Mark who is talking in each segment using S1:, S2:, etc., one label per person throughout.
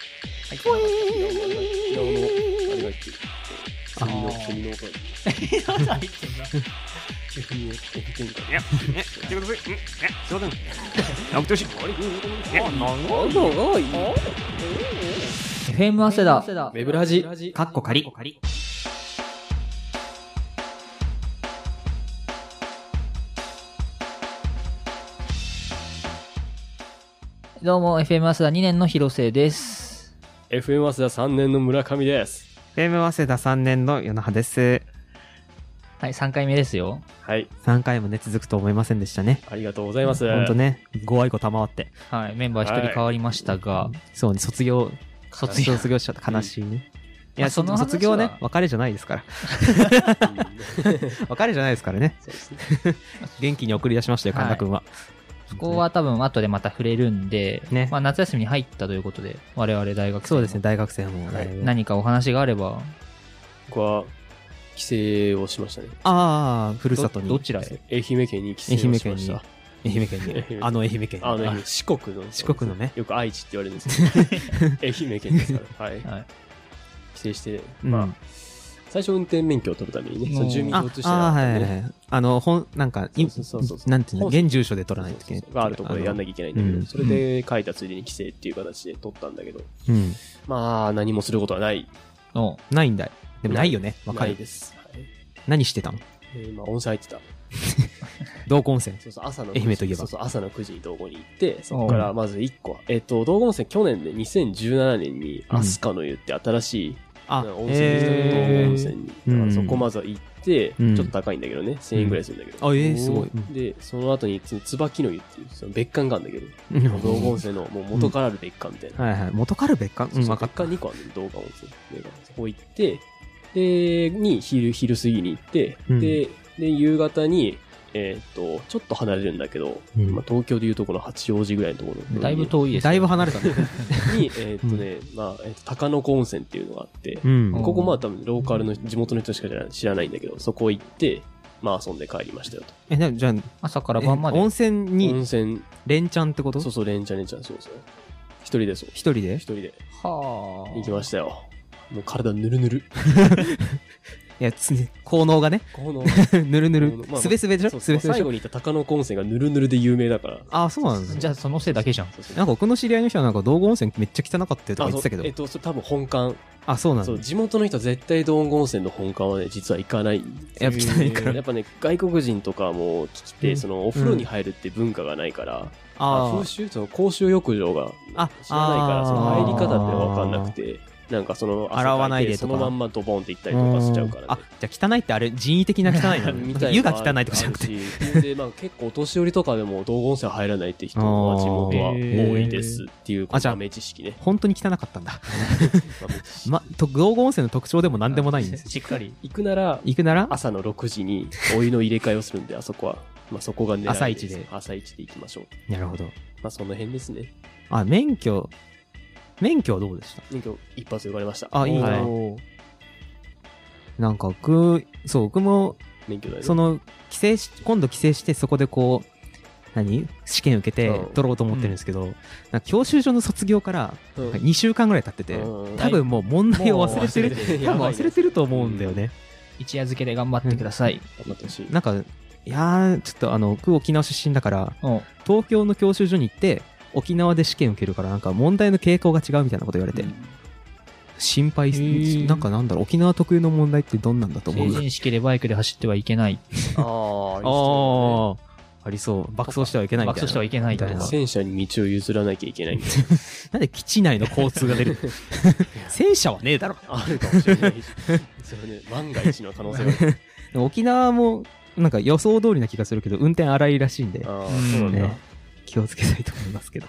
S1: 平尾のあれが入って
S2: ほい
S1: る
S2: あ
S1: セミの
S2: ー
S1: セミのおかげ
S2: なんだ入ってんだ
S1: セミのオフ展開
S3: え、え、ということで、んえ、すいません。直ってほしい。え、
S1: あ長い
S2: FM 早稲田
S1: ウェブラジ
S2: かっこ仮どうも FM 早稲田2年の広瀬です
S1: FM 早稲田3年の村上です
S4: フェム早稲田3年の与那覇です。
S2: はい3回目ですよ
S1: はい
S4: 3回もね、続くと思いませんでしたね。
S1: ありがとうございます
S4: ほんとね、ご愛顧賜って。
S2: はいメンバー1人変わりましたが、
S4: そうね、卒業、
S2: 卒業
S4: 卒業しちゃった。悲しいね。
S2: ま
S4: い
S2: あ
S4: や、
S2: そ
S4: そ
S2: の
S4: の
S2: 話は
S4: 卒業はね、別れじゃないですから。別れじゃないですからね。
S1: そうですね
S4: 元気に送り出しましたよ、
S2: はい
S4: 神田くんは。
S2: そこは多分後でまた触れるんで、
S4: ね
S2: まあ、夏休みに入ったということで我々大学生
S4: そうですね、
S2: ね
S4: 大学生もだいぶ。
S2: 何かお話があれば
S1: 僕は帰省をしましたね
S4: ああ、ふるさとに。
S2: どどちらへ
S1: 愛媛県に帰省
S4: 愛
S1: を
S4: 媛
S1: し
S4: 県
S1: まし
S4: に
S1: た。
S4: 愛媛県 に。あの愛媛県。
S1: あの四国の
S4: 四国のね
S1: よく愛知って言われるんですけど 愛媛県ですからはい
S2: はい
S1: 帰省して
S4: うん
S1: まあ最初運転免許を取るためにねその住民
S4: あ
S1: 共通して
S4: あー、はいはい
S1: い
S4: はい。あの、本、なんか、い
S1: そうそうそうそう
S4: なんていうの、現住所で取らないといけない。
S1: があるところでやんな
S4: き
S1: きゃいけないんだけ
S4: う
S1: ど
S4: ん
S1: それで書いたついでに帰省っていう形で取ったんだけど
S4: ゃ。うん。
S1: まあ何もすることはない
S2: お
S4: ないんだ。でもないよね。わか
S1: ない
S4: る。
S1: ですはい
S4: 何してたの
S1: えーまあ温泉入ってた
S4: 道後温泉。
S1: そうそう、朝の
S4: 愛媛といえば
S1: そうそう、朝の9時に道後に行って、そこからまず1個は、えっ、と、道後温泉去年で2017年に、
S4: うん
S1: アスカの湯って新しい、
S4: あ
S1: 温泉です道後
S4: へ
S1: 温
S4: ー
S1: 泉に。だからそこまずは行って、
S4: うん
S1: ちょっと高いんだけどね、1000円ぐらいするんだけど。
S4: あ、えー、すごい。
S1: で、その後に、つ椿の湯っていう、その別館があるんだけど、
S4: うん
S1: 道後温泉のもう元からある別館みたいな。
S4: はいはい。元カル別館、
S1: そううんそう
S4: わかっ
S1: 別館2個あるんだよ、道後温泉。でそこ行って、で、に、昼、昼過ぎに行って、
S4: うん
S1: で、で、夕方に、えっ、と、ちょっと離れるんだけど、
S4: うん
S1: まあ、東京でいうとこの八王子ぐらいのところ
S2: だいぶ遠いで
S4: た。
S2: すよ
S4: だいぶ離れたね。
S1: に、えーっとね、まあ、えーっと高野湖温泉っていうのがあって、
S4: うん
S2: ん
S1: ここまあ多分ローカルの地元の人しか知らない知らないんだけど、そこ行って、まあ遊んで帰りましたよと。
S4: え、なじゃあ、
S2: 朝から
S4: え
S2: 晩まで
S4: 温泉
S1: 温
S4: に
S1: 泉、
S4: 連チャンってこと
S1: そう
S4: 一
S1: そう、レンチャレンチャそうそう。一人でそう。一
S4: 人で
S1: 人で
S2: はあ
S1: 行きましたよ。もう体ぬるぬる。
S4: いや、つね、効能がね、
S1: この、
S4: ぬるぬ
S1: 効能ま
S4: る
S1: あま。あ
S4: すべすべでし
S1: そ
S4: ょ
S1: う
S4: すべすべで
S1: 最
S4: し
S1: 後
S4: ょ
S1: に行った高野湖温泉がぬるぬるで有名だから。
S4: あ、そうなんだ。
S2: じゃあそのせいだけじゃん
S1: そうそう
S4: なんか僕の知り合いの人はなんか道後温泉めっちゃ汚かったよとか
S1: あ
S4: 言っ
S1: そう
S4: てたけど
S1: えっ。と、それ多分本館。
S4: あ、そうなん
S1: そ
S4: だ
S1: う、。地元の人は絶対道後温泉の本館はね、実は行かない
S4: やっぱ汚いから
S1: やっぱね、外国人とかも来て、
S4: うん
S1: そのお風呂に入るって文化がないから、
S4: あ
S1: 風
S4: ー
S1: 習、その公衆浴場が
S4: あ
S1: 知らないから、
S4: あー
S1: その入り方ってのが分かんなくて、なんかその、
S4: 洗わないでとか
S1: そのまんまドボンって行ったりとかしちゃうから
S4: あ
S1: ね。、
S4: じゃあ汚いってあれ、人為的な汚いな
S1: み
S4: の
S1: たい
S4: 湯
S1: な
S4: が
S1: の
S4: 汚いとかじゃなくて。
S1: あるしで、まあ結構お年寄りとかでも道後温泉入らないって人は地元は
S4: あ
S1: 多
S4: ー
S1: いですっていう、
S4: あじゃあ
S1: 豆知識 ね。
S4: 本当に汚かったんだ。
S1: 豆知識
S4: ま、と道後温泉の特徴でも何でもないんですよ。
S2: しっかり
S1: 行くなら、
S4: 行くなら
S1: 朝の6時にお湯の入れ替えをするんで、あそこは。まあ、そこが狙いす
S4: 朝一で
S1: 朝一で行きましょう。
S4: なるほど。
S1: まあ、その辺ですね。
S4: あ、免許、免許はどうでした
S1: 免許一発で受かれました。
S4: あ、いい
S1: は
S4: な。なんか、僕、そう、僕も、
S1: 免許だよね。
S4: その、帰省し、今度帰省して、そこでこう、何試験受けて
S1: うん
S4: 取ろうと思ってるんですけど、なんか教習所の卒業から
S1: うん、
S4: 2週間ぐらい経ってて、
S1: うん
S4: 多分もう問題を忘れてる、
S1: もう忘れてる
S4: 多分忘れてると思うんだよね。
S2: 一夜漬けで頑張ってください、
S1: 頑張ってほしい。
S4: なんか、いやー、ちょっとあの、僕沖縄出身だから、
S2: お
S4: 東京の教習所に行って、沖縄で試験受けるから、なんか問題の傾向が違うみたいなこと言われて、心配
S2: へー
S4: す、なんかなんだろう、沖縄特有の問題ってどんなんだと思
S2: 成
S4: う
S2: 人式でバイクで走ってはいけない
S1: ああ、いい
S4: ああ、ありそう。爆走してはいけないみ
S2: 爆
S4: たいな。
S2: 走してはいけない
S4: み
S2: と
S4: た
S2: か
S4: いな
S1: 戦車に道を譲らなきゃいけないみたい
S4: なんで基地内の交通が出 る戦車はねえだろ。
S1: な。あるかもしれない。それね、万が一の可能性が ある。
S4: でも沖縄も、なんか予想通りな気がするけど、運転荒いらしいんで、
S1: ああ、そうなんだ。
S4: ね気をつけたいと思いますけど。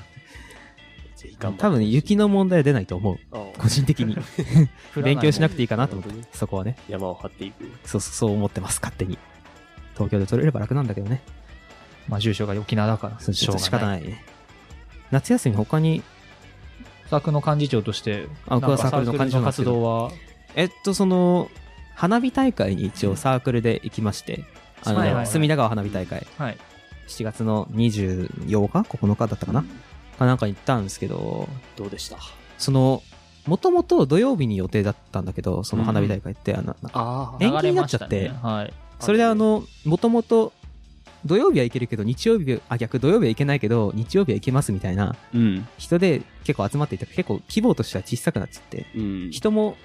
S1: ぜひ頑張って。
S4: 多分ね、雪の問題は出ないと思う。
S1: ああ
S4: 個人的に。
S2: 降らない
S4: 勉強しなくていいかなと思っ
S1: なるほ
S4: て、そこはね、
S1: 山を張っていく。
S4: そう、そう思ってます、勝手に。東京で取れれば楽なんだけどね。
S2: まあ住所が沖縄だから
S4: そう
S2: しょうがない
S4: 仕方ないね。夏休み他に、
S2: サークルの幹事長として
S4: あ僕はサークルの幹事長
S2: なんかサークルの活動は
S4: えっと、その、花火大会に一応サークルで行きまして、あの、
S2: はいはいはい
S4: 隅田川花火大会。
S2: はい
S4: 7月の24日 ?9 日だったかなかなんか行ったんですけど、
S1: どうでした
S4: その、もともと土曜日に予定だったんだけど、その花火大会って、あの、
S1: あ
S4: え
S1: あ。
S4: 延期になっちゃって
S2: 流れましたねはい。
S4: それであの、もともと、土曜日は行けるけど、日曜日、あ、逆、土曜日は行けないけど、日曜日は行けますみたいな
S1: うん。
S4: 人で結構集まっていた結構規模としては小さくなっちゃって、
S1: うん。
S4: 人も、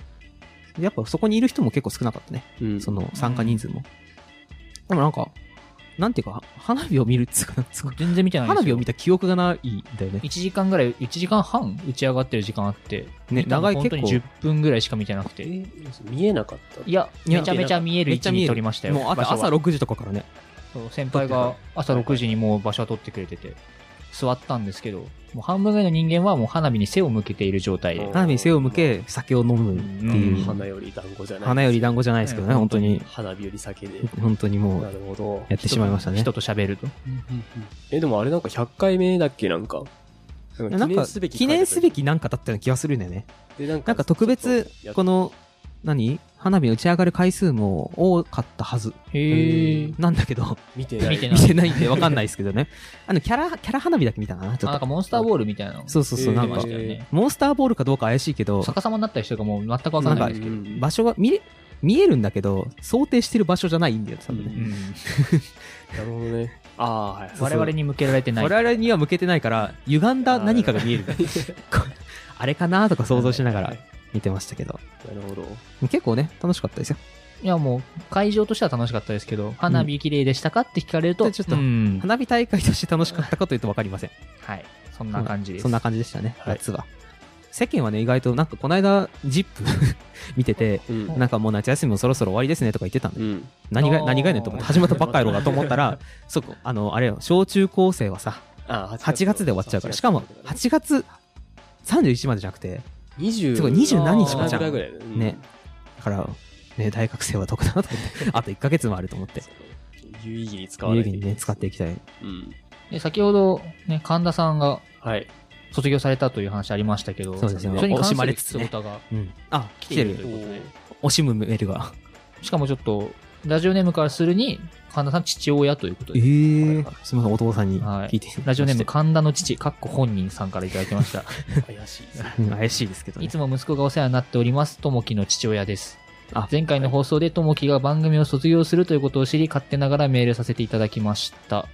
S4: やっぱそこにいる人も結構少なかったね。
S1: うん
S4: その参加人数も。でもなんか、なんていうか、花火を見るっつうか、なんつうか
S2: 全然見てない
S4: 花火を見
S2: た。
S4: た記憶がないんだよね。
S2: 1時間ぐらい、1時間半打ち上がってる時間あって、
S4: ね、長い
S2: 本
S4: 結
S2: 当
S4: 構
S2: に。10分ぐらいしか見てなく
S1: え
S2: て。
S1: 見えなかった。
S2: いや、
S4: いや
S2: めちゃめちゃ見える位置に撮りましたよ。
S4: もうあと
S2: 場所は
S4: 朝6時とかからね。
S2: そう先輩が朝6時にもう場所は取ってくれてて、座ったんですけど、もう半分ぐらいの人間はもう花火に背を向けている状態で。
S1: うん
S4: 花火に背を向け、酒を飲むっていう。
S1: 花より団子じゃない。
S4: 花より団子じゃないですけどね、
S2: うん
S4: 本当に。
S1: 花火より酒で。
S4: 本当にも
S1: な
S4: う、
S1: るほど。
S4: やってしまいましたね
S2: 人。と人と喋ると。
S1: え、でもあれなんか100回目だっけなんか。なん
S4: な
S1: か
S4: ん
S1: 記
S4: か
S1: 念すべ、き
S4: 記念すべ
S1: き。
S4: きなんかだったような気がするんだよね。
S1: でなん
S4: なんか特別、こ
S1: の、
S4: の、何花火打ち上がる回数も多かったはず。
S2: へえ。
S4: なんだけど、
S1: 見て
S2: 見てな
S4: 見
S2: い
S4: てないんでわかんないですけどね。 あの、キャラ、キャラ花火だけ見たかな、ち
S2: あ
S4: ょ
S2: な
S4: っ
S2: んか
S4: と。
S2: モンスターボールみたいなの。
S4: そうそうそう、
S1: えー
S4: な
S2: 出
S4: ん
S2: てまし、
S4: か
S2: たよね。
S4: モンスターボールかどうか怪しいけど、
S2: 逆さまになった人がもう全くわかんないですけど。
S1: うん
S4: 場所が見れ、見えるんだけど、想定してる場所じゃないんだよ、多分
S1: う
S4: ね。
S1: んなるほどね。ああ、はい。
S2: 我々に向けられてない。
S4: 我々には向けてないから、歪んだ何かが 見える。こうあれかなとか想像しなが
S1: は
S4: ら
S1: い
S4: 見てましたけど。
S1: なるほど。
S4: 結構ね、楽しかったですよ。
S2: いやもう、会場としては楽しかったですけど、花火綺麗でしたかって聞かれると、
S4: でちょっと
S2: うん
S4: 花火大会として楽しかったかというと分かりません。
S2: はい。そんな感じです。
S4: そんな感じでしたね、
S1: はい
S4: 夏は。世間はね、意外となんかこの間、ジップ 見てて、
S1: うん。
S4: なんかもう夏休みもそろそろ終わりですねとか言ってたんで、
S1: うん。
S4: 何
S2: あ
S4: が、
S2: ー
S4: 何がやねんと思って、始まったばっかやろうかと思った ら、そこ、あの、あれよ、小中高生はさ、
S1: ああ、
S4: 8月で終わっちゃうから、しかも8月31までじゃなくて、
S1: 20。
S4: すごい20何日かじゃ
S1: ぐらいぐ
S4: ん。
S1: らいだよ
S4: ね。だから、ね、大学生は得だなと思って、 あと1ヶ月もあると思って、
S1: うん有意義に使わ
S4: 有意
S1: ない
S4: 義にね、使っていきたい。
S1: うん。
S2: で先ほど、ね、神田さんが
S1: はい。
S2: 卒業されたという話ありましたけど、
S4: そうですね
S2: それに関す
S4: 惜しま
S2: る
S4: れつつ
S2: 質
S4: ね
S2: 問が
S4: うん。あ、来
S2: 来
S4: て
S2: ていると
S4: る。
S2: いうことで、
S4: 惜しむメールが。
S2: しかもちょっと、ラジオネームからするに、神田さん父親ということ
S4: ええ
S2: で、
S4: ー、すみません、お父さんに聞いて、
S2: ラジオネーム神田の父、かっこ本人さんからいただきました。
S1: 怪しいです。
S4: うん怪しいですけど、ね
S2: い、つも息子がお世話になっております、ともきの父親です
S4: あ。
S2: 前回の放送でともきが番組を卒業するということを知り、勝手ながらメールさせていただきました。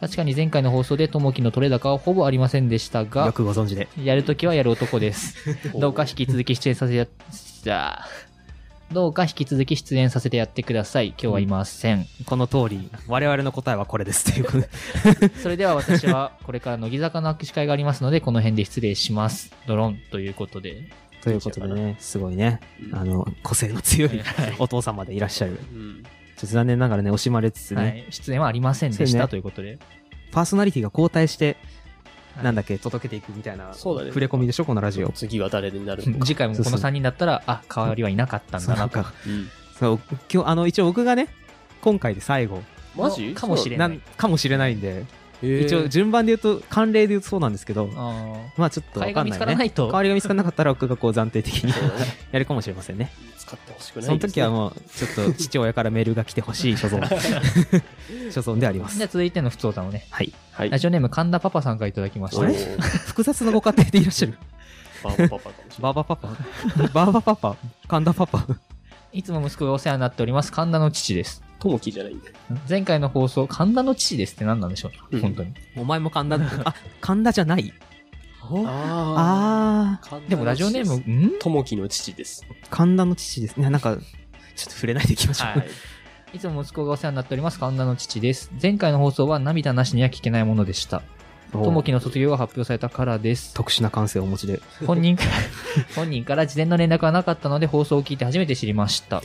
S2: 確かに前回の放送でともきの取れ高はほぼありませんでした
S4: よ
S2: が、
S4: くご存知で。
S2: やるときはやる男です。どうか引き続き出演させてや、じゃあどうか引き続き出演させてやってください。今日はいません。
S4: この通り、我々の答えはこれですということで。
S2: それでは私は、これから乃木坂の握手会がありますので、この辺で失礼します。ドロンということで。
S4: ということでね、すごいね、
S1: うん
S4: あの、個性の強い
S2: はい
S4: お父様でいらっしゃる。
S1: うん。
S4: ちょっと残念ながらね、惜しまれつつね、
S2: はい、出演はありませんでし
S4: そう
S2: た
S4: ね
S2: ということで。
S4: パーソナリティが交代して、
S2: はい
S4: なんだっけ、届けていくみたいな、
S1: そうだね
S4: 触れ込みでしょ、このラジオ。
S1: 次は誰になるの か。
S2: 次回もこの3人だったら、あ、代わりはいなかったん
S4: そ
S2: だ
S4: うな
S2: なんと。
S4: か、
S1: うん
S4: そう、今日、あの、一応僕がね、今回で最後、
S1: マジ
S2: かもしれ
S4: な
S2: ない
S4: んかもしれないんで、 一
S1: 一
S4: 応順番で言うと、慣例で言うとそうなんですけど、
S2: あ
S4: まあちょっ
S2: ー代
S4: と
S2: わ
S4: わ
S2: り
S4: か
S2: が
S4: ん
S2: 見つ
S4: ない、ね。
S2: からないと
S4: 代。わりが見つからなかったら僕がこう暫定 的に
S1: そうだね
S4: やるかもしれませんね。
S1: 使ってほしくない。
S4: その時は、もうちょっと父親からメールが来てほしい 所存所存でありま
S2: じゃあ
S4: す。
S2: 続いての不登さんをね、
S4: はい。
S1: はい
S2: ラ。ジオネーム神田パパさんからいただきました。
S4: あれ複雑なご家庭でいらっしゃる。
S1: バーバパパかもしれない
S4: バーバパパバーバパパ神田パパ
S2: いつも息子がお世話になっております、神田の父です。
S1: ともきじゃないんだよ。
S2: 前回の放送、神田の父ですって何なんでしょう
S1: う
S2: ね
S1: ん
S2: 本当に。
S4: お前も神田だ。あ、神田じゃない。
S1: あ
S4: あ
S1: あ。
S2: でもラジオネーム、ん
S1: ともきの父です。
S4: ー、神田の父ですね。なんか、ちょっと触れないでいきましょう。
S2: はい。いつも息子がお世話になっております、神田の父です。前回の放送は涙なしには聞けないものでした。ともきの卒業が発表されたからです。
S4: 特殊な感性をお持ちで。
S2: 本人から、本人から事前の連絡はなかったので放送を聞いて初めて知りま した。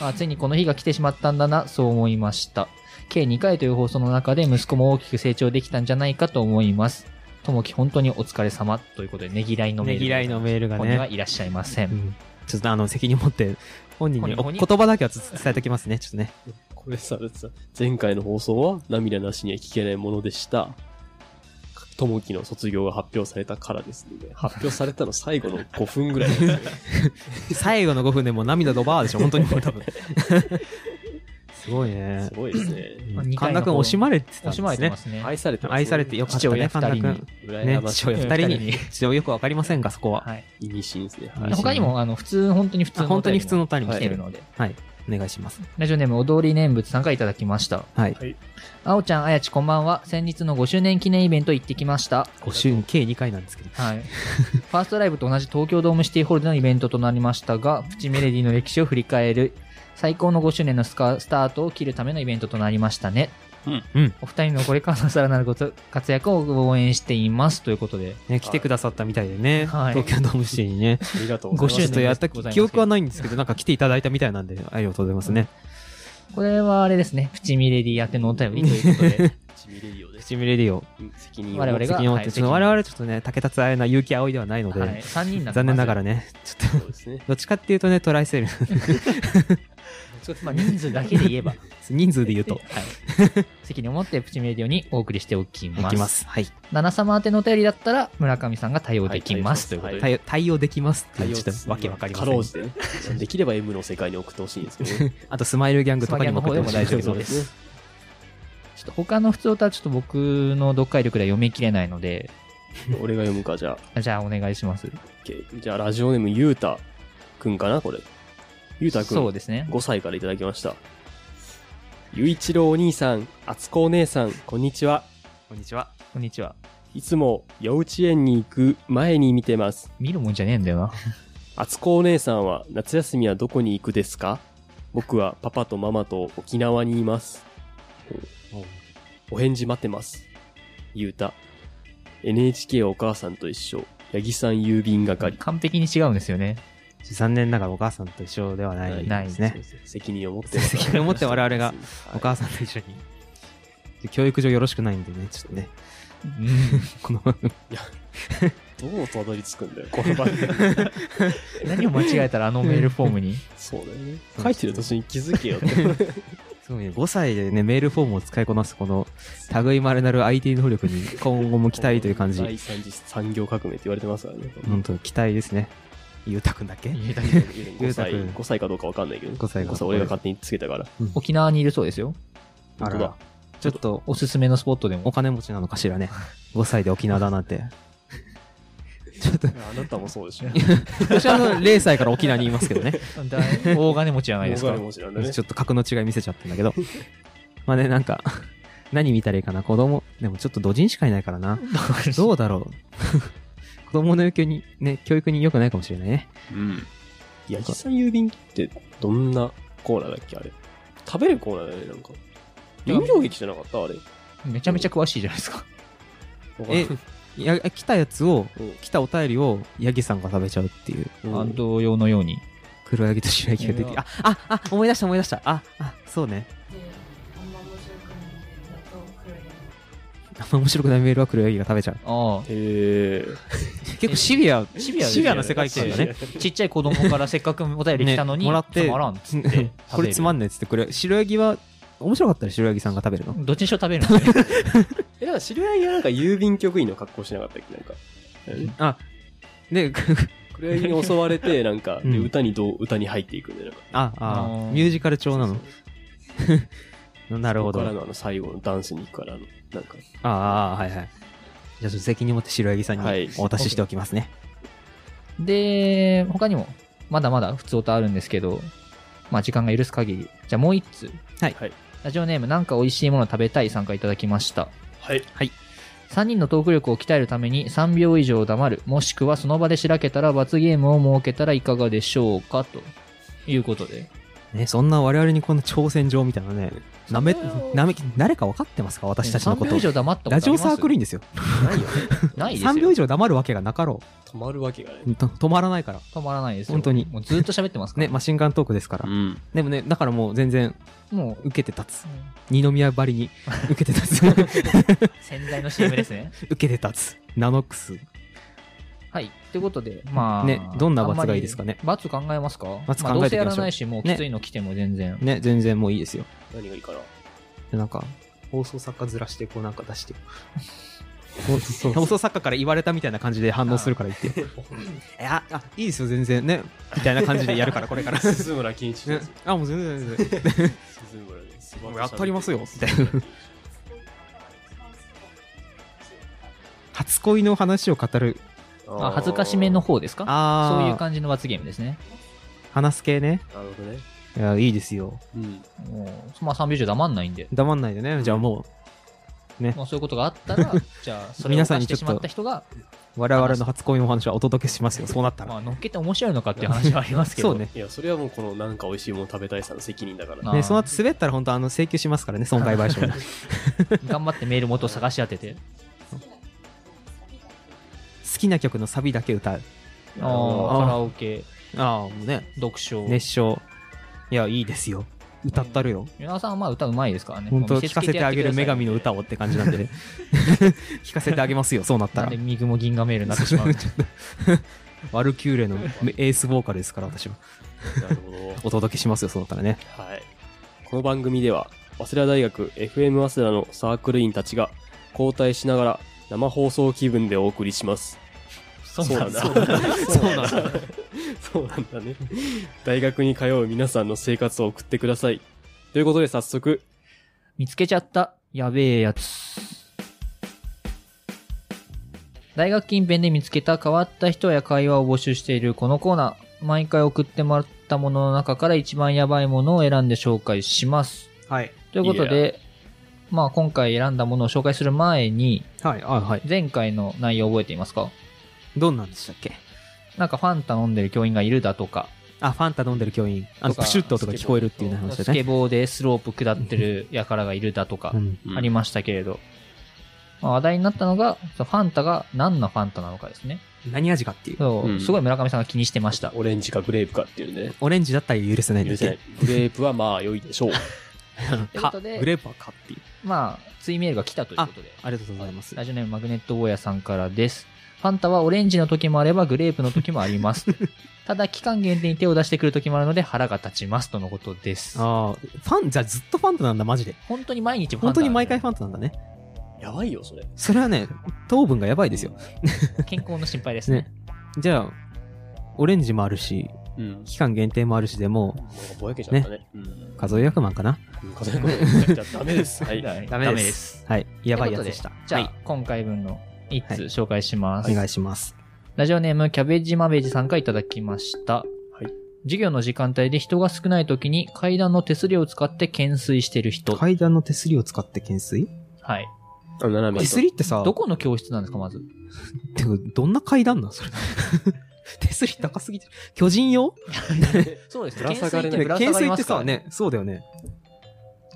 S2: あついにこの日が来てしまったんだな、そう思いました。計2回という放送の中で息子も大きく成長できたんじゃないかと思います。ともき本当にお疲れ様ということで、ねぎらいのメー
S4: ね
S2: ル。
S4: ぎらいのメールが
S2: 本人は
S4: ね。
S2: いらっしゃいませ。
S4: うんんちょっとあの、責任を持って、本人にお
S2: 本
S4: 言
S2: 人
S4: 葉だけはつ伝えておきますね。ちょっとね。
S1: これさ、さ前回の放送は涙なしには聞けないものでした。ともきの卒業が発表されたからですね。発表されたの最後の5分 ぐらいなんですよね。
S4: 最後の5分でもう涙ドバーでしょ、本当にもう多分。すごいね
S1: す。ごいですね。
S2: まあ
S4: 神田君惜しまれてた
S2: 惜
S4: んです
S2: し
S4: ね。
S2: まれてますね。
S1: 愛されてますね
S4: 愛されてよかっ
S2: 父
S4: たね、神
S2: 親
S4: 田
S2: 二人に
S4: 君。ね
S1: 羨、まし
S4: 父
S1: い。
S4: 親二人
S2: 二
S4: に。父親よくわかりませんが、そこは。
S2: はい。
S1: 意味深ですね。
S4: は
S1: はいい。
S2: 他にも、あの、普通、本当に普通
S4: あ
S2: の。
S4: 本当に普通のお便り
S2: に
S4: も
S2: 来
S4: 来
S2: て
S4: て
S2: る
S4: る
S2: ので。
S4: はい。お願いします。
S2: ラジオネーム、踊り念仏さんからいただきました。
S4: はい。
S2: あおちゃん、あやち、こんばんは。先日の5周年記念イベント行ってきました。
S4: 5週計2回なんですけど。
S2: はい。ファーストライブと同じ東京ドームシティホールでのイベントとなりましたが、プチメレディの歴史を振り返る、最高の5周年のスカスタートを切るためのイベントとなりましたね。
S1: うん
S4: うん
S2: お二人のこれからのさらなるごと活躍を応援しています。ということで。
S4: ね、来てくださったみたいでね。
S2: はい
S4: 東京ドームシティにね。
S1: ありがとう ご
S2: ご
S1: ざい
S2: 周
S1: ま
S2: 年
S4: ちょっ
S1: す。
S4: とやった
S2: ございます
S4: 記憶はないんですけど、なんか来ていただいたみたいなんで、ありがとうございますね。
S2: これはあれですね。プチミレディ宛てのお便りということで、
S1: チミレディオです。
S4: 口見レディオ。
S1: 責任を。
S2: 我々が
S4: 責任を持っ
S2: はい
S4: て、ちょっと我々ちょっとね、竹田つあやな、結城葵ではないの
S2: はい、
S4: で、
S2: 3人なんで
S4: 残念なが
S2: ら。
S4: らね、ちょっと、
S1: そうですね。
S4: どっちかっていうとね、トライセル。
S2: まあ人数だけで言えば。
S4: 人数で 言うと
S2: はい、責任を持ってプチメディオにお送りしておき
S4: で
S2: ます。
S4: きます。はい。
S2: 七様宛てのお便りだったら、村上さんが対応できます。
S1: はい
S2: ということで。
S4: 対応対応できますっ
S1: 対
S4: ていう
S1: 応
S4: ちょっとわけわかりま
S1: かろう
S4: せ
S1: じ
S4: ん。
S1: てね。できれば M の世界に送ってほしいんですけどね。
S4: あとスマイルギャングとかにも送ってほしい ですけ
S2: スマイルギャングの方でも大丈夫で
S4: ど
S2: すちょっと他の普通歌はちょっと僕の読解力では読み切れないので、
S1: 俺が読むか、じゃあ。
S2: じゃあお願いします。
S1: OK じゃあ、ラジオネーム、ゆうたくんかな、これ。ゆうたくん。
S2: そうですね。
S1: 5歳からいただきました。ゆいちろうお兄さん、あつこお姉さん、こんにちは。
S4: こんにちは。
S2: こんにちは。
S1: いつも幼稚園に行く前に見てます。
S2: 見るもんじゃねえんだよな。
S1: あつこお姉さんは夏休みはどこに行くですか僕はパパとママと沖縄にいます。お返事待ってます。ゆうた。NHK お母さんと一緒。八木さん郵便係。
S2: 完璧に違うんですよね。
S4: 残念ながらお母さんと一緒ではない
S2: ない
S4: ですね。
S1: 責任を持ってます。
S4: 責任を持って我々がお
S1: は
S4: 母さんと一緒に。教育上よろしくないんでね、ちょっとね。
S2: うん
S4: この、
S1: いどうたどり着くんだ よ、この番組。
S2: 何を間違えたらあのメールフォームに。
S1: そうだよね。書いてる途中に気づけよ って。
S4: すごいね、5歳でね、メールフォームを使いこなす、この、類まれなる IT 能力に今後も期待という感じ。
S1: 第三次産業革命って言われてますからね。
S4: 本当期待ですね。ゆうたくんだっけ
S2: 言えたけど
S1: 5歳、
S4: ゆうたくん
S1: 5歳かどうかわかんないけど、
S4: 5歳か
S1: 5歳俺が勝手につけたから。
S2: 沖縄にいるそうですよ。
S4: あら
S1: 本当だ
S4: ら。ちょっと、
S2: おすすめのスポットでも
S4: お。金持ちなのかしらね。5歳で沖縄だなんて。ちょっと、
S1: あなたもそうでしょ。
S4: 私はあの0歳から沖縄にいますけどね。
S2: だ大金持ちじゃないですか
S1: 大金。持ちなんだね
S4: ちょっと格の違い見せちゃったんだけど。まあね、なんか、何見たらいいかな、子供。でもちょっと土人しかいないからな。 どうだろう。子供の影響に、ね、教育に良くないかもしれないね。
S1: うん。八木さん郵便ってどんなコーナーだっけあれ。食べるコーナーだよね、なんか。飲料劇じゃなかったあれ。
S2: めちゃめちゃ詳しいじゃないですか。
S1: わかんない
S4: え、いや、来たやつを、
S1: うん
S4: 来たお便りを、ヤギさんが食べちゃうっていう。
S1: うん
S2: 安藤用のように。
S4: 黒ヤギと白ヤギが出てきて、あ、あ、あ、思い出した思い出した。あ、あ、そうね。
S5: で、あんま面白くないんだと黒い
S4: あんま面白くないメールは黒ヤギが食べちゃう。
S2: ああ。
S1: へえ。
S4: 結構シビア、
S2: シビアですね
S4: シビアな世界
S2: そう
S4: 観
S2: だ
S4: だ
S2: ね
S4: ね。
S2: ちっちゃい子供からせっかくお便り来たのに、
S4: ねもらって
S2: つまらんっつって食べる
S4: これつまんないっつって、これ、白ヤギは、面白かったら白ヤギさんが食べるの
S2: どっちにしろ食べるんですよね。
S1: え、なんか知り合いがなんか郵便局員の格好しなかったっけなんか。
S4: あ、で、
S1: 黒柳に襲われ て、なんか、
S4: うん
S1: で歌にどう、歌に入っていくんで、なんか。
S4: あ、あ
S2: のー
S4: ミュージカル調なの。 なるほど。
S1: ここから
S4: あ
S1: のあの最後のダンスに行くからの、なんか、
S4: あ、はいはい。じゃあ、ちょっと責任持って白ヤギさん
S1: はい
S4: にお渡ししておきますね。
S2: で、他にも、まだまだ普通歌あるんですけど、まあ時間が許す限り。じゃあもう一通。
S4: はい
S1: はい
S2: ラジオネーム、なんか美味しいもの食べたい参加いただきました。
S1: はい。
S2: 3人のトーク力を鍛えるために3秒以上黙る、もしくはその場でしらけたら罰ゲームを設けたらいかがでしょうか、ということで。
S4: ね、そんな我々にこんな挑戦状みたいなね、なめ、なめ、誰か分かってますか私たちのこ
S2: 3
S4: と
S2: 秒以。上黙ったことありま
S4: ラ
S2: す
S4: ジオサークル員ですよ。
S1: ないよね。
S2: ないですよ。
S4: 3秒以上黙るわけがなかろ。。
S1: 止まるわけがないう
S4: と止まらないから。
S2: 止まらないですよ。
S4: 本当に
S2: もうずっと喋ってますから。
S4: ね、マシンガントークですから。
S1: ん。
S4: でもね、だからもう全然
S2: もう、
S4: 受けて立つ。二宮ばりに受けて立つ。
S2: 潜在の CM ですね。
S4: 受けて立つ。ナノックス。
S2: はい。ということで、まあ。
S4: ねどんな罰がいいですかね
S2: あんまり罰考えますか
S4: 罰
S2: まあ
S4: 考えていきま
S2: どう
S4: しょう
S2: せやらないし、もうきついの来ても全然。
S4: ね、全然もういいですよ。
S1: 何がいいかな。
S4: でなんか、放送作家ずらして、こうなんか出して。放送作家から言われたみたいな感じで反応するから言って。 えあ、あ、いいですよ、全然 ね。みたいな感じでやるから、これから。
S1: 鈴村健一
S4: ね
S1: です。
S4: あ、もう全然全然。
S1: 鈴村です。バ
S4: も
S1: ッ
S4: う
S1: と
S4: やっとりますよ、みたいな。初恋の話を語 る。
S2: あ、恥ずかしめの方ですか
S4: ああ、
S2: そういう感じの罰ゲームですね。
S4: 話す系ね。
S1: なるほどね。
S4: いや、いいですよ。
S1: うん。
S2: もう、まあ3秒以上黙んないんで。
S4: 黙んないでね。じゃあも
S2: まあそういうことがあった ら、じゃあ、それを
S4: 皆さん
S2: 犯し
S4: にち
S2: て
S4: ょっ
S2: し
S4: と
S2: まった人が、
S4: う、我々の初恋のお話はお届けしますよ。そうなった
S2: ま
S4: ら。
S2: あ乗っけて面白いのかっていう話はありますけど。
S4: そうね。
S1: いや、それはもうこのなんか美味しいもの食べたいさんの責任だから。
S2: あー
S4: ね、その後滑ったら本当あの請求しますからね、損害賠 償に
S2: 頑張ってメール元を探し当て て。
S4: 好きな曲のサビだけ歌う。
S2: あーカラオケ、
S4: ああ、もうね。
S2: 読書。
S4: 熱唱。いや、いいですよ。歌ったるよ。
S2: 皆さんはまあ歌うまいですからね。
S4: 本
S2: もう
S4: 当
S2: 見
S4: 聞
S2: せつ
S4: かせ
S2: け
S4: てあげる女神
S2: の。
S4: の歌をって感じなんで ね。聞かせてあげますよ、そうなった
S2: なん
S4: ら
S2: で。ミグも銀河メールになって しまう。
S4: ワルキューレのエースボーカルですから、私は。
S1: なるほど。
S4: お届けしますよ、そうなったらね。
S1: はい。この番組では、早稲田大学 FM 早稲田のサークル員たちが交代しながら生放送気分でお送りします。
S2: そうなんだ。
S1: そうなんだ。そうなんだ。そうなんだね。 大学に通う皆さんの生活を送ってください。ということで早速、
S2: 見つけちゃった。やべえやつ。大学近辺で見つけた変わった人や会話を募集しているこのコーナー。毎回送ってもらったものの中から一番やばいものを選んで紹介します。
S4: はい。
S2: ということで、まあ今回選んだものを紹介する前に、
S4: はい、あはい。
S2: 前回の内容覚えていますか
S4: どんなんでしたっけ
S2: なんかファン頼んでる教員がいるだとか、
S4: あ、ファンタ飲んでる教員。あの、
S2: とか
S4: プシュッと音が聞こえるっていうね話
S2: ス
S4: だ
S2: ケ
S4: ね。
S2: ボーでスロープ下ってる輩がいるだとか
S4: う、ん。
S2: ありましたけれど、まあ話題になったのが、そのファンタが何のファンタなのかですね。
S4: 何味かっていう。
S2: そう、
S1: うん
S2: すごい村上さんが気にしてました。
S1: オレンジかグレープかっていうね。
S4: オレンジだったら許せないん
S1: 許
S4: で
S1: せない。 グレープはまあ良いでしょう。
S2: というこ
S4: か、
S2: とで
S4: グレープはかっていう。
S2: まあ、ツイメールが来たということで。
S4: ありがとうございます。
S2: ラジオネームマグネット坊やさんからです。ファンタはオレンジの時もあればグレープの時もあり ます。ただ期間限定に手を出してくる時もあるので腹が立ちますとのことです。
S4: ああ、ファン、じゃあずっとファンタなんだ、マジで。
S2: 本当に毎日ファンタ、
S4: 本当に毎回ファンタなんだね。
S1: やばいよ、それ。
S4: それはね、糖分がやばいですよ。
S2: 健康の心配ですね。
S4: ね。じゃあ、オレンジもあるし、
S1: うん。
S4: 期間限定もあるしでも
S1: なんかぼやけちゃったね。うん
S4: う、。数え役満かな
S1: 風邪 のことじゃダメです。はい。
S2: はい
S4: ダメです。はい。やばいやつでした。
S2: じゃあ、
S4: はい、
S2: 今回分の1通紹介します。
S4: お願いします。
S2: ラジオネーム、キャベージマベージさんからいただきました。
S1: い
S2: 授業の時間帯で人が少ない時に階段の手すりを使って懸垂してる人。はい。
S4: 階段の手すりを使って懸垂
S1: あ斜め
S4: 手すりってさ、
S2: どこの教室なんですか、まず。
S4: てかどんな階段なんそれ。 手すり高すぎてる。巨人用
S2: そうです。
S1: ぶら下がれない
S2: 懸垂ってぶら下
S4: 懸
S2: がり
S4: 垂
S2: ま
S4: って
S2: すから
S4: さ、。ね、そうだよね。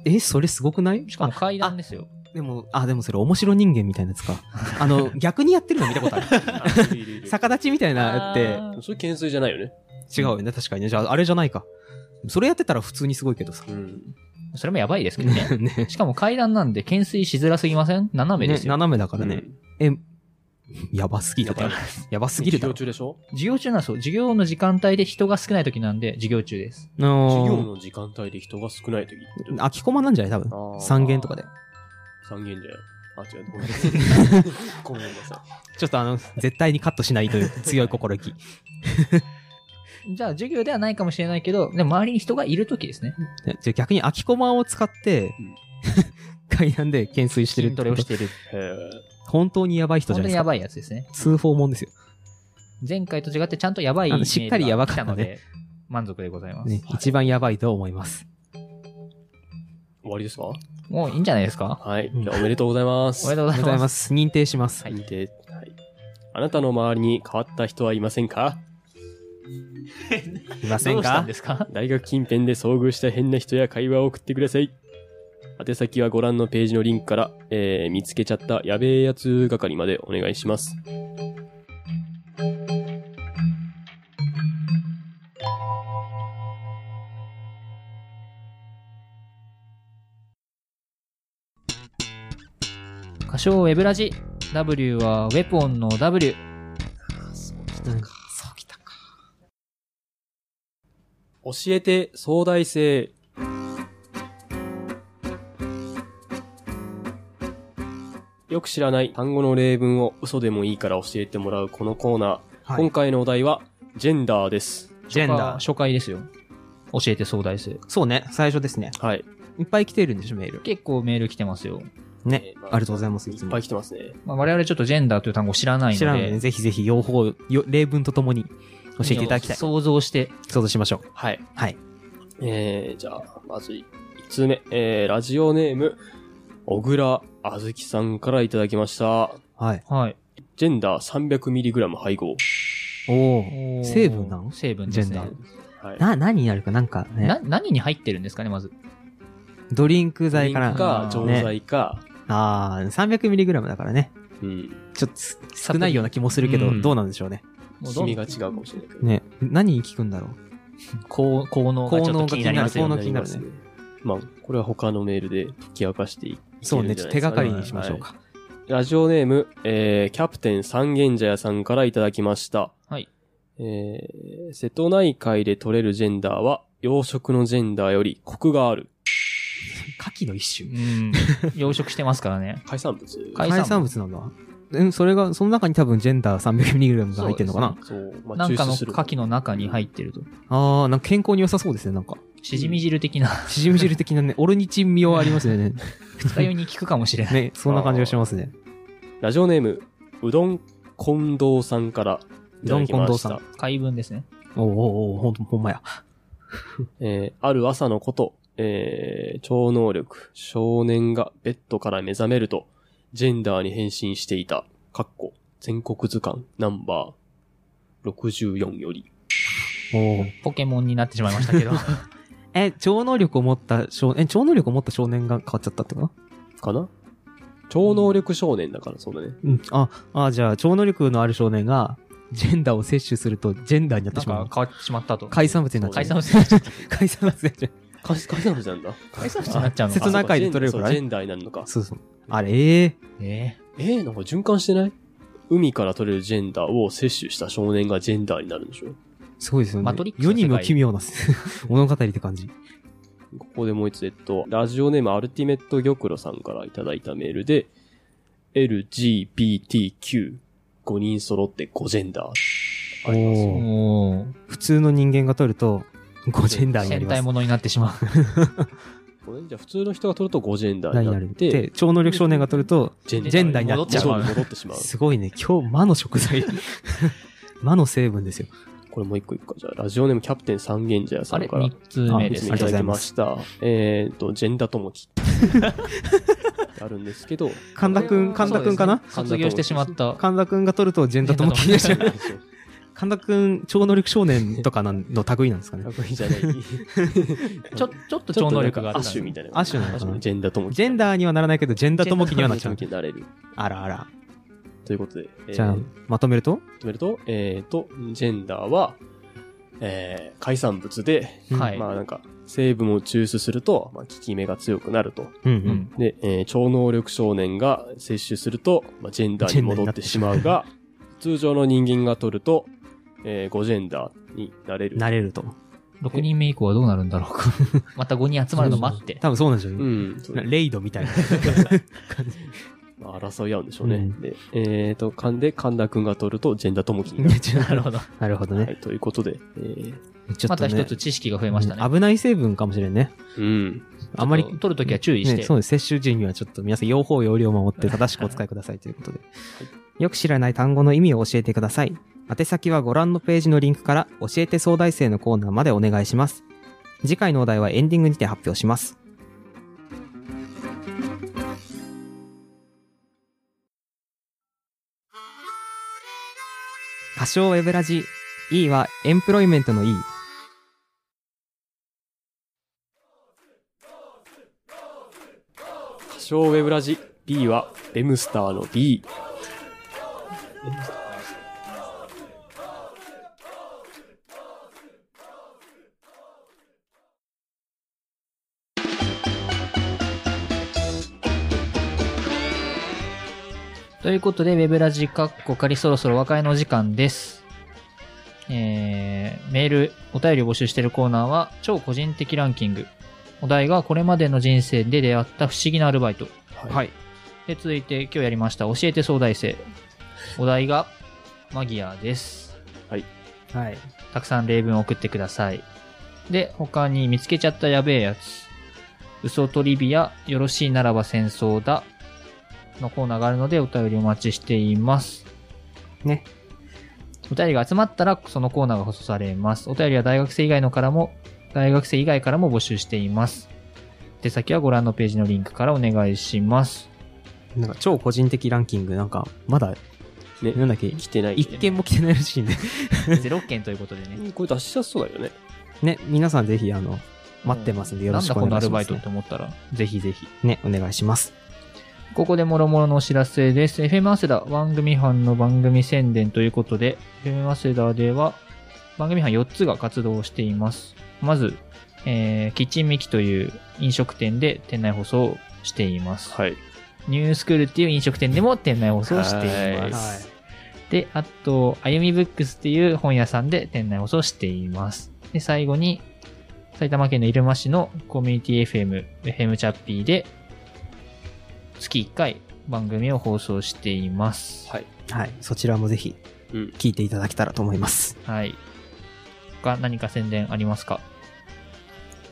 S4: え、それすごくない
S2: しかも
S4: あ
S2: 階段ですよ。
S4: でも、あ、でもそれ面白人間みたいなやつか。あの、逆にやってるの見た ことある。
S1: あいるいるいる
S4: 逆立ちみたいなやって、
S2: あー
S1: それ懸垂じゃないよね。
S4: 違うよね、確かにね。じゃあ、あれじゃないか。それやってたら普通にすごい けどさ。
S1: うん。
S2: それもやばいですけどね。
S4: ね。
S2: しかも階段なんで懸垂しづらすぎません斜めです
S4: ね
S2: よ。
S4: 斜めだからね。え、やばすぎるだ
S1: や
S4: ろ
S1: ばい。
S4: やばすぎるだ
S1: 授業。中
S4: ろ
S1: でしょ
S2: 授業中なんですよ。授業の時間帯で人が少ない時なんで、授業中です。
S1: 授業
S4: の
S1: の時間帯で人が少ない時って
S4: 空きコマなんじゃない多
S1: あー
S4: 分。三限とかで。
S1: 三軒じゃあ、違う。ごめんなさ
S4: ちょっとあの、絶対にカットしないという強い心意気。
S2: じゃあ、授業ではないかもしれないけど、でも周りに人がいる時ですね。
S4: ねじゃあ逆に空きコマを使って
S1: うん、
S4: 階段で懸垂してるっ
S2: 筋
S4: て
S2: トレ
S4: こと
S2: をしてる。
S1: い。へ
S4: 本当にやばい人じ
S2: 本
S4: ゃ
S2: 当
S4: ない
S2: に
S4: です
S2: やばいやつで
S4: か。
S2: すね。
S4: 通報もんですよ。
S2: 前回と違ってちゃんとやばい
S4: あのしっかりやばかったね
S2: メールが来たので満足でございます、
S4: ね一番やばいと思います。
S1: ー終わりですか
S2: もういいんじゃないですか
S1: はい。じゃあおめでとうございま
S2: お
S1: す。
S2: めでとう
S4: あ
S2: ご
S4: り
S2: ざ
S4: がとうござ
S2: い
S4: い
S2: ま
S4: ますす。認定します。
S1: 認定はい。あなたの周りに変わった人はいませんか
S4: いませ
S2: ど
S4: ん
S2: うした
S4: か
S2: んですか
S1: 大学近辺で遭遇した変な人や会話を送ってください。宛先はご覧のページのリンクから、えー見つけちゃったやべえやつ係までお願いします。
S2: 歌唱ウェブラジ W はウェポンの W
S4: うん
S1: 教えて総大生。よく知らない単語の例文を嘘でもいいから教えてもらうこのコーナー。
S4: はい
S1: 今回のお題は、ジェンダーです。
S4: ジェンダー。
S2: 初回ですよ教えて総大生
S4: そうね、最初ですね。
S1: はい。
S4: いっぱい来てるんでしょ、メール。
S2: 結構メール来てますよ。
S4: ね
S1: えーま。
S4: ありがとうございます、いつ
S1: いっ
S4: も
S1: ぱい。来てますね。
S2: まあ、我々ちょっとジェンダーという単語を知らないので、
S4: 知らんのでね、ぜひぜひ、用法、よ例文とともに教えていただきたい。
S2: 想像して、
S4: 想像しましょう。
S1: はい。
S4: はい。
S1: えー、じゃあ、まず1通目。えー、ラジオネーム、小倉あずきさんからいただきました。
S4: はい。
S2: はい。
S1: ジェンダー 300mg 配合。
S4: お
S2: お
S4: お。
S2: ー
S4: 成分なの
S2: 成分です
S4: ジェ
S2: ね
S4: ン。
S1: はい。
S4: な、何になるか、なんかね
S2: な、、何に入ってるんですかね、まず。
S4: ドリンク剤か
S1: ドリンク
S4: な。
S1: か、錠剤か、
S4: あー、300mg だからね。
S1: うん。
S4: ちょっと少ないような気もするけ
S2: う
S4: ど、
S2: ん
S4: どうなんでしょうね。
S2: もうど
S1: 君
S2: ん
S1: が違うかもしれないけど。
S4: ね。何に効くんだろ
S2: 効効能がちょっと気になりますよ
S4: 効能
S2: ね。
S4: が気になるね。
S1: まあ、これは他のメールで解き明かしていけるん
S4: う。
S1: じゃ
S4: そう
S1: ない
S4: ね、
S1: で
S4: ち
S1: す
S4: ょっ
S1: か
S4: と手がかりにしましょ
S1: は
S4: う。か。
S1: いラジオネーム、えー、キャプテン三軒茶屋さんからいただきました。
S2: はい。
S1: えー、瀬戸内海で取れるジェンダーは、養殖のジェンダーよりコクがある。
S4: 牡蠣の一種。
S2: うん。養殖してますからね。
S1: 海産物
S2: 海
S4: 海産物なんだ。うん、それが、その中に多分ジェンダー 300mg が入ってるのかな。
S1: そう、まあ、
S2: なんかの
S1: 抽出
S2: 牡
S1: する
S2: 蠣の中に入ってると。
S4: あー、なんか健康に良さそうですね、なんか。
S2: しじみ汁的な
S4: しじみ汁的 なね、オルニチン味はありますよね。
S2: 二日酔いに効くかもし れない。
S4: ね、そんな感じがしますね。
S1: ラジオネーム、うどん近藤さんからいただきました。
S4: うどん近
S2: 海分ですね。
S4: おうおうおうほんと、ほんまや。
S1: えーある朝のこと、えー超能力、少年がベッドから目覚めると、ジェンダーに変身していた、かっこ、全国図鑑ナンバー64より。
S4: おう
S2: ポケモンになってしまいました けど。
S4: え、超能力を持った少年、え超能力を持った少年が変わっちゃったってこと
S1: かな超能力少年だから、そうだね。
S4: うん。あ、あ、じゃあ、超能力のある少年が、ジェンダーを摂取すると、ジェンダーになって
S2: なん
S4: しまう
S2: か。変わってしまったと。
S4: 海産物になっちゃう。
S2: 海産物になっちゃう。
S4: 海産物になっち ゃう。
S1: か海産物なんだ。
S2: 海産物になっちゃうの
S4: 瀬戸
S2: か。
S4: 内海で取れるからね
S1: そうジェンダーになるのか。
S4: そうそう。あれ、ええ
S2: え
S1: えーなんか循環してない海から取れるジェンダーを摂取した少年がジェンダーになるんでしょ
S4: すごいですよね。
S2: マトリックス
S4: 世
S2: の世界
S4: にも奇妙な 物語って感じ。
S1: ここでもう一つ、えっと、ラジオネームアルティメット玉露さんからいただいたメールで、LGBTQ5 人揃って5ジェンダー。あります
S2: え
S4: お
S1: よ。
S2: も
S4: 普通の人間が取ると、5ジェンダー
S2: う、
S4: になり
S2: 戦
S4: ま
S2: 隊
S4: す。
S2: ものになってし まう。
S1: これじゃあ普通の人が取ると5ジェンダー
S4: に
S1: に
S4: な
S1: な
S4: る
S1: っ、
S4: ってて、超能力少年が取ると、
S1: ジェ
S4: ジェンダーになっちゃう
S1: 戻戻ってしまう。
S4: すごいね、今日魔の食材。魔の成分ですよ。
S1: これもう一個一個。じゃあ、ラジオネームキャプテン三軒茶屋さ
S2: あ
S1: ん
S2: れ
S1: から。
S2: 三つ目ですね
S4: ありがとうございま
S1: いただきました。えっ、と、ジェンダともき。あるんですけ ど。
S4: 神田くん、神田くんかな
S2: 卒業してしまった。
S4: 神田くんが取るとジェンダーとも気にしちゃう。
S1: そう
S4: 神田くん、超能力少年とかなんの類なんですか ね
S1: かっ。こいいじゃ ない。
S2: ちょ、ちょっと超能力があった
S1: ちょっとなんかアッ
S2: ん
S1: シュみたいな。
S4: アッシュなのかな
S1: ジェンダともき。
S4: ジェンダーにはならないけど、ジェンダーとも気にはなっちゃう
S1: ジ。ェンダーともきになれる。
S4: あらあら。
S1: ということで。えー
S4: じゃあ
S1: ま、
S4: まとめると
S1: とめると、えっ、と、ジェンダーは、えー、海産物で、
S4: うん
S2: はい。
S1: まあなんか、成分を抽出すると、まあ、効き目が強くなると。
S4: うんう。
S2: うんん。
S1: で、えー超能力少年が摂取すると、まあ、ジェンダーに戻ってしまうが、通常の人間が取ると、えー、5ジェンダーになれる。
S4: なれると。
S2: 6人目以降はどうなるんだろうか。また5人集まるの待って。
S4: 多分そうなんでしょ
S1: う
S4: う。
S1: ん。そう
S4: レイドみたいな。
S1: まあ争い合うんでしょうね。
S4: うん
S1: で、えっ、と、かんで、神田くんが取ると、ジェンダーともきになる。
S2: な
S4: な
S2: るほど。
S4: るほど
S1: は
S4: ね。
S1: い、ということで、えー、
S4: ちょ
S2: ま
S4: っと
S2: た
S4: ね
S2: 一つ知識が増えましたね。
S4: うん危ない成分かもしれんね。
S1: うん。
S4: あんまり。
S2: ちょっと取るときは注意して。
S4: ねそうです。摂取時にはちょっと皆さん、用法用量を守って正しくお使いくださいということで。よく知らない単語の意味を教えてください。宛先はご覧のページのリンクから、教えて総大生のコーナーまでお願いします。次回のお題はエンディングにて発表します。歌唱ウェブラジ E はエンプロイメントの E。
S1: 歌唱ウェブラジ B はレムスターの B
S2: ということで、ウェブラジカッコ仮そろそろ和解の時間です。えー、メール、お便りを募集しているコーナーは、超個人的ランキング。お題がこれまでの人生で出会った不思議なアルバイト。
S1: はい、
S4: はい。
S2: で、続いて今日やりました、教えて総大生。お題が、マギアです。
S4: はい。
S2: たくさん例文を送ってください。で、他に見つけちゃったやべえやつ。嘘トリビア、よろしいならば戦争だ、のコーナーがあるのでお便りお待ちしています。
S4: ね。
S2: お便りが集まったら、そのコーナーが放送されます。お便りは大学生以外のからも、大学生以外からも募集しています。手先はご覧のページのリンクからお願いし ます。
S4: なんか超個人的ランキング、なんか、まだ、
S1: ね
S4: なんだっけ、
S1: 来てないんで
S4: 一件も来てないらしいんで。
S2: 0件ということでね。
S1: これ出しやすそうだよね。
S4: ね、皆さんぜひ、あの、待ってますんでよろしく
S2: なんだこ
S4: お願いします、ね。
S2: のアルバイトって思ったら、ぜひぜひ。
S4: ね、お願いします。
S2: ここでもろもろのお知らせです。FM アセダ、番組班の番組宣伝ということで、FM アセダでは、番組班4つが活動をしています。まず、えー、キッチンミキという飲食店で店内放送をしています。
S1: はい。
S2: ニュースクールっていう飲食店でも店内放送をしてい
S1: はい
S2: ます。
S4: は
S2: で、あと、あゆみブックスっていう本屋さんで店内放送しています。で、最後に、埼玉県の入間市のコミュニティ FM、FM チャッピーで、月1回番組を放送しています。
S1: はい。
S4: い。はい。そちらもぜひ
S1: うん、
S4: 聞いていただけたらと思います。
S2: はい。他何か宣伝ありますか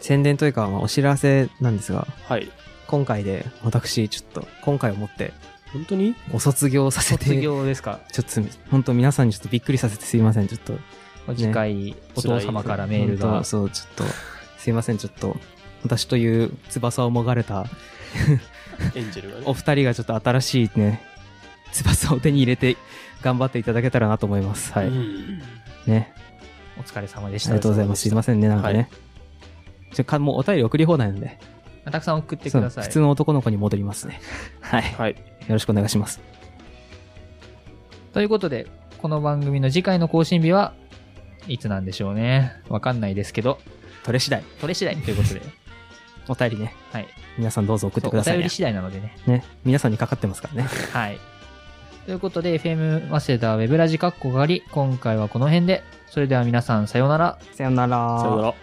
S4: 宣伝というか、まあ、お知らせなんですが、
S1: はい。
S4: 今回で、私、ちょっと、今回をもって、
S1: 本当に
S4: ご卒業させて、
S2: 卒業ですか
S4: ちょっとすみ、本当皆さんにちょっとびっくりさせてすいません。ちょっと、
S2: 次回、お父様からメール
S4: 本
S2: が
S4: 当。そう、ちょっと、すいません、ちょっと、私という翼をもがれた
S1: エンジェルがね。
S4: お二人がちょっと新しいね、翼を手に入れて頑張っていただけたらなと思います。はい。
S1: うん
S4: ね。
S2: お疲れ様でし
S4: あ
S2: た。
S4: りがとうございます。すいませんね、なんかね。
S1: は
S4: ちょかもうお便り送り放題なんで。
S2: たくさん送ってくださ
S4: そう
S2: い。
S4: 普通の男の子に戻りますね。はい。よ
S1: はい。
S4: ろしくお願いします。
S2: ということで、この番組の次回の更新日はいつなんでしょうね。わかんないですけど、
S4: 取れ次第、
S2: 取れ次第ということ で、
S4: お便りね、
S2: はい。
S4: 皆さんどうぞ送ってください
S2: お便
S4: ね
S2: り。次第なのでね。
S4: ね。皆さんにかかってますからね。
S2: はい。ということで、FM 早稲田ウェブラジカッコがあり、今回はこの辺で、それでは皆さんさようなら。
S4: さよなら。
S1: さよなら。